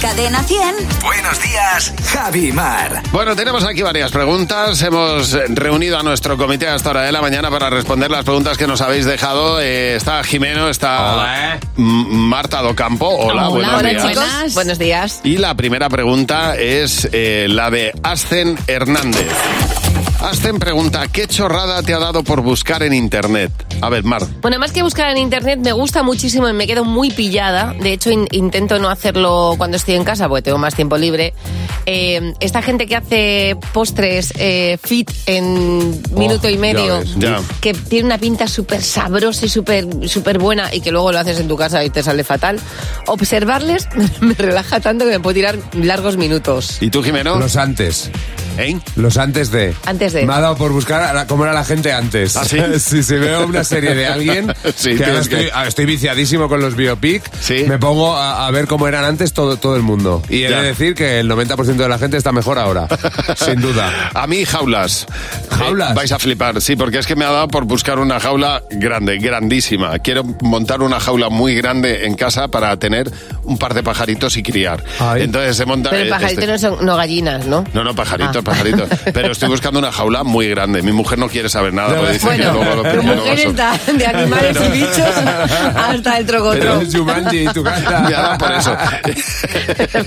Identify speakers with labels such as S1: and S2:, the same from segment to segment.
S1: Cadena 100.
S2: Buenos días, Javi Mar.
S3: Bueno, tenemos aquí varias preguntas. Hemos reunido a nuestro comité a esta hora de la mañana para responder las preguntas que nos habéis dejado. Eh, está Jimeno, está M- Marta Docampo. Hola, buenos días.
S4: Buenas. Buenos días.
S3: Y la primera pregunta es eh, la de Ascen Hernández. Ascen pregunta, ¿qué chorrada te ha dado por buscar en internet? A ver, Mar.
S4: Bueno, más que buscar en internet, me gusta muchísimo y me quedo muy pillada. De hecho, in- intento no hacerlo cuando estoy en casa porque tengo más tiempo libre. Eh, esta gente que hace postres eh, fit en minuto y medio,
S3: ves, Oh, ya.
S4: que tiene una pinta súper sabrosa y súper súper buena y que luego lo haces en tu casa y te sale fatal. Observarles me relaja tanto que me puedo tirar largos minutos.
S3: ¿Y tú, Jimeno?
S5: Los antes.
S3: ¿Eh?
S5: Los antes de.
S4: Antes de.
S5: Me ha dado por buscar a la- cómo era la gente antes.
S3: ¿Ah, sí?
S5: si se veo una serie de alguien,
S3: Sí,
S5: que ahora
S3: tienes que-
S5: estoy, ah, estoy viciadísimo con los biopic,
S3: Sí.
S5: me pongo a, a ver cómo eran antes todo, todo el mundo. Y he
S3: Ya.
S5: de decir que el 90% de la gente está mejor ahora, sin duda.
S3: A mí jaulas.
S5: ¿Jaulas?
S3: Eh, vais a flipar, sí, porque es que me ha dado por buscar una jaula grande, grandísima. Quiero montar una jaula muy grande en casa para tener un par de pajaritos y criar.
S5: Ay.
S3: Entonces se monta...
S4: Pero el
S3: eh,
S4: pajarito
S3: este-
S4: no son no gallinas, ¿no?
S3: No, no, pajaritos,
S4: Ah.
S3: pajaritos. Pero estoy buscando una jaula muy grande. Mi mujer no quiere saber nada.
S5: Ya
S3: porque
S5: ves.
S3: dice que
S4: Bueno,
S3: luego lo-
S4: tu
S3: luego
S4: mujer
S3: eso.
S4: está de animales y bichos hasta el
S5: Pero
S4: trocotro.
S5: es Jumanji, tu casa.
S3: Me ha dado por eso.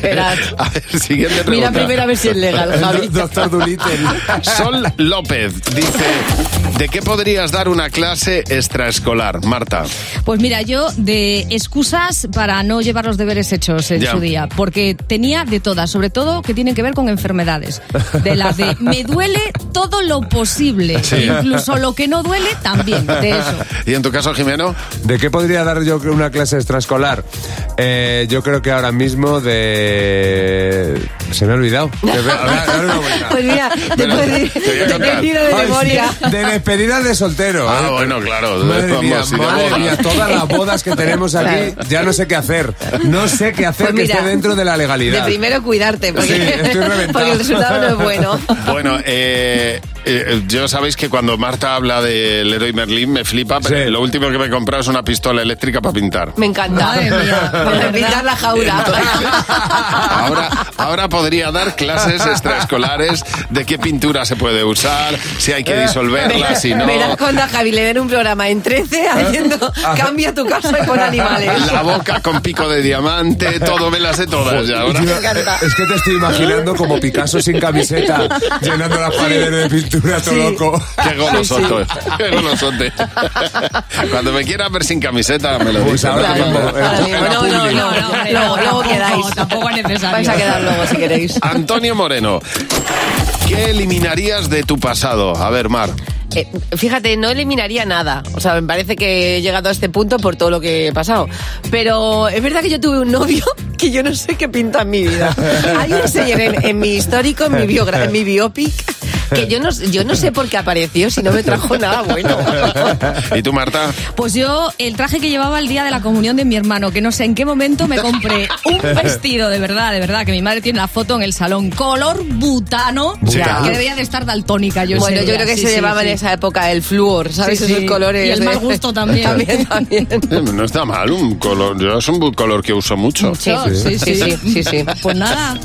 S4: Verás.
S3: A ver, siguiente pregunta.
S4: Mira primero a ver si es legal, Javi.
S5: Doctor Dolittle.
S3: Sol López dice, ¿de qué podrías dar una clase extraescolar, Marta?
S6: Pues mira, yo de excusas para no llevar los deberes hechos en
S3: Ya.
S6: su día, porque tenía de todas, sobre todo que tienen que ver con enfermedades. De las de me duele todo lo posible,
S3: Sí.
S6: incluso lo que no duele también, de eso.
S3: ¿Y en tu caso, Jimeno?
S5: ¿De qué podría dar yo una clase extraescolar? Eh, yo creo que ahora mismo de... Se me ha olvidado. De- ahora- ahora una vuelta.
S4: Pues mira, te
S3: Pero,
S4: puedes-
S3: te voy a
S4: te
S3: contar.
S4: he tiro de
S5: Ay,
S4: memoria.
S5: sí, de despedida de soltero.
S3: Ah,
S5: ¿eh?
S3: bueno, claro.
S5: Madre
S3: Vamos,
S5: mía,
S3: sí,
S5: madre
S3: vamos.
S5: mía, todas las bodas que tenemos aquí, ya no sé qué hacer. No sé qué hacer
S4: Pues
S5: que
S4: mira,
S5: esté dentro de la
S4: De
S5: legalidad.
S4: primero cuidarte,
S5: Sí,
S4: porque,
S5: estoy reventado.
S4: porque el resultado no es bueno.
S3: Bueno, eh, eh, yo sabéis que cuando Marta habla de Leroy Merlin me flipa, pero
S5: Sí.
S3: lo último que me he comprado es una pistola eléctrica para pintar.
S4: Me encanta.
S6: Madre mía, de
S4: Para
S6: verdad.
S4: pintar la jaula.
S3: Ahora, ahora podría dar clases extraescolares de qué pintura se puede usar, si hay que disolverla, si no.
S4: Verás cuando a Javi le den un programa en 13
S5: Ah.
S4: haciendo cambia tu casa con animales.
S3: La boca con pico de diamante, todo, me las sé todas ya. Ahora.
S5: Tío, eh, Es que te estoy imaginando como Picasso sin camiseta, llenando las paredes de pintura, todo loco.
S3: Qué golosote, qué golosote. Cuando me quieran ver sin camiseta, me lo
S5: Pues
S3: dicen.
S5: ahora
S4: Claro,
S5: mismo, eh,
S4: ahora mismo.
S5: era
S4: No, no,
S5: público.
S4: no, no,
S6: hombre,
S4: Luego, luego
S6: tampoco,
S4: quedáis.
S6: Tampoco es necesario.
S4: Vais a quedar luego si queréis.
S3: Antonio Moreno, ¿qué eliminarías de tu pasado? A ver, Mar.
S4: Eh, fíjate, no eliminaría nada. O sea, me parece que he llegado a este punto por todo lo que he pasado. Pero es verdad que yo tuve un novio que yo no sé qué pinta en mi vida. Hay un señor en, en mi histórico, en mi, biogra- en mi biopic, que yo no, yo no sé por qué apareció si no me trajo nada bueno.
S3: ¿Y tú, Marta?
S6: Pues yo, el traje que llevaba el día de la comunión de mi hermano, que no sé en qué momento me compré un vestido, de verdad, de verdad, que mi madre tiene la foto en el salón, color butano,
S3: Butano.
S6: que debía de estar daltónica. Yo
S4: Bueno,
S6: ese
S4: yo
S6: día.
S4: creo que
S6: Sí,
S4: se
S6: sí,
S4: llevaba
S6: sí.
S4: en esa época el flúor, ¿sabes?
S6: Sí,
S4: Esos
S6: sí.
S4: colores.
S6: Y el
S4: de-
S6: mal gusto también.
S4: también, también.
S3: Eh, No está mal, un color. Yo es un bu- color que uso mucho.
S4: Sí, sí, sí, sí, sí.
S6: Pues nada,